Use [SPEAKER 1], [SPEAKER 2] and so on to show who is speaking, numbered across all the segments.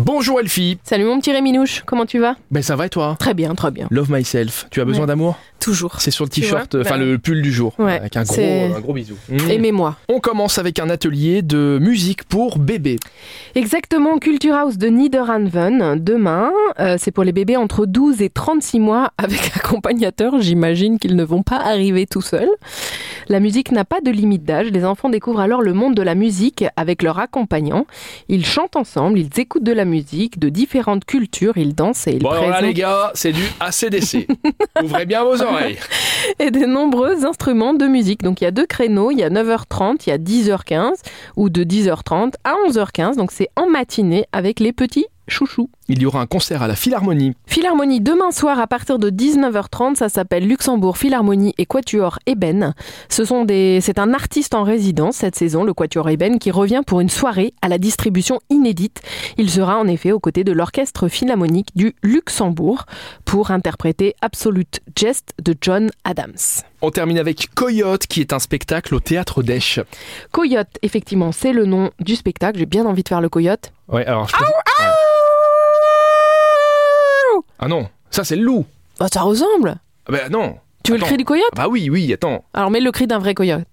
[SPEAKER 1] Bonjour Elfie,
[SPEAKER 2] Salut mon petit Réminouche, comment tu vas
[SPEAKER 1] ben ça va et toi
[SPEAKER 2] Très bien, très bien.
[SPEAKER 1] Love myself, tu as besoin
[SPEAKER 2] Ouais.
[SPEAKER 1] d'amour
[SPEAKER 2] Toujours.
[SPEAKER 1] C'est sur le
[SPEAKER 2] Tu vois,
[SPEAKER 1] t-shirt, euh, enfin
[SPEAKER 2] bah,
[SPEAKER 1] le pull du jour,
[SPEAKER 2] Ouais,
[SPEAKER 1] avec un gros, euh,
[SPEAKER 2] c'est-
[SPEAKER 1] un gros bisou. Hmm.
[SPEAKER 2] Aimez-moi.
[SPEAKER 1] On commence avec un atelier de musique pour bébés.
[SPEAKER 2] Exactement, au Culturhaus de Niederanven, demain. Euh, c'est pour les bébés entre 12 et 36 mois avec accompagnateur. J'imagine qu'ils ne vont pas arriver tout seuls. La musique n'a pas de limite d'âge. Les enfants découvrent alors le monde de la musique avec leur accompagnant. Ils chantent ensemble, ils écoutent de la musique de différentes cultures, ils dansent et ils
[SPEAKER 1] bon alors là
[SPEAKER 2] présentent
[SPEAKER 1] les gars, c'est du ACDC. Ouvrez bien vos oreilles.
[SPEAKER 2] et de nombreux instruments de musique. Donc il y a deux créneaux, il y a 9h30, il y a 10h15 ou de 10h30 à 11h15. Donc c'est en matinée avec les petits chouchous.
[SPEAKER 1] Il y aura un concert à la Philharmonie.
[SPEAKER 2] Philharmonie demain soir à partir de 19h30, ça s'appelle Luxembourg Philharmonie et Quatuor Eben. Ce sont des c'est un artiste en résidence cette saison, le Quatuor Eben qui revient pour une soirée à la distribution inédite. Il sera en effet aux côtés de l'orchestre philharmonique du Luxembourg pour interpréter Absolute Jest de John Adams.
[SPEAKER 1] On termine avec Coyote qui est un spectacle au théâtre d'Esch.
[SPEAKER 2] Coyote, effectivement, c'est le nom du spectacle. J'ai bien envie de faire le coyote.
[SPEAKER 1] Ouais, alors je peux- Ah non, ça c'est le loup.
[SPEAKER 2] Bah, ça ressemble.
[SPEAKER 1] Ah ben non.
[SPEAKER 2] Tu veux
[SPEAKER 1] Attends.
[SPEAKER 2] le cri du coyote
[SPEAKER 1] Ah bah oui, oui, attends.
[SPEAKER 2] Alors mets le cri d'un vrai coyote.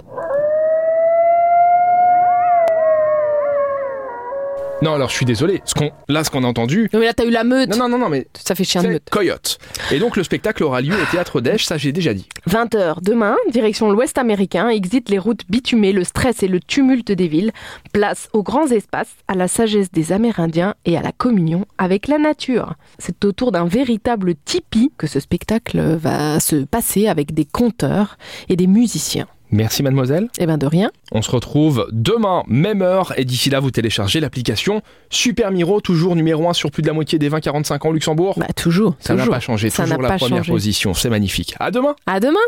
[SPEAKER 1] Non, alors je suis désolé. Ce qu'on là ce qu'on a entendu.
[SPEAKER 2] Non mais là t'as eu la meute.
[SPEAKER 1] Non non non non mais
[SPEAKER 2] Ça fait chien de
[SPEAKER 1] C'est
[SPEAKER 2] meute.
[SPEAKER 1] Coyote. Et donc le spectacle aura lieu au théâtre d'Esch, ça j'ai déjà dit.
[SPEAKER 2] 20h demain, direction l'ouest américain, exit les routes bitumées, le stress et le tumulte des villes, place aux grands espaces, à la sagesse des Amérindiens et à la communion avec la nature. C'est autour d'un véritable tipi que ce spectacle va se passer avec des conteurs et des musiciens.
[SPEAKER 1] Merci mademoiselle.
[SPEAKER 2] Eh ben de rien.
[SPEAKER 1] On se retrouve demain, même heure, et d'ici là vous téléchargez l'application Super Miro, toujours numéro 1 sur plus de la moitié des 20-45 ans au Luxembourg.
[SPEAKER 2] Bah toujours.
[SPEAKER 1] ça n'a
[SPEAKER 2] toujours.
[SPEAKER 1] pas changé,
[SPEAKER 2] Ça
[SPEAKER 1] toujours
[SPEAKER 2] n'a
[SPEAKER 1] la
[SPEAKER 2] pas
[SPEAKER 1] première
[SPEAKER 2] changé.
[SPEAKER 1] position, c'est magnifique. À demain
[SPEAKER 2] À demain.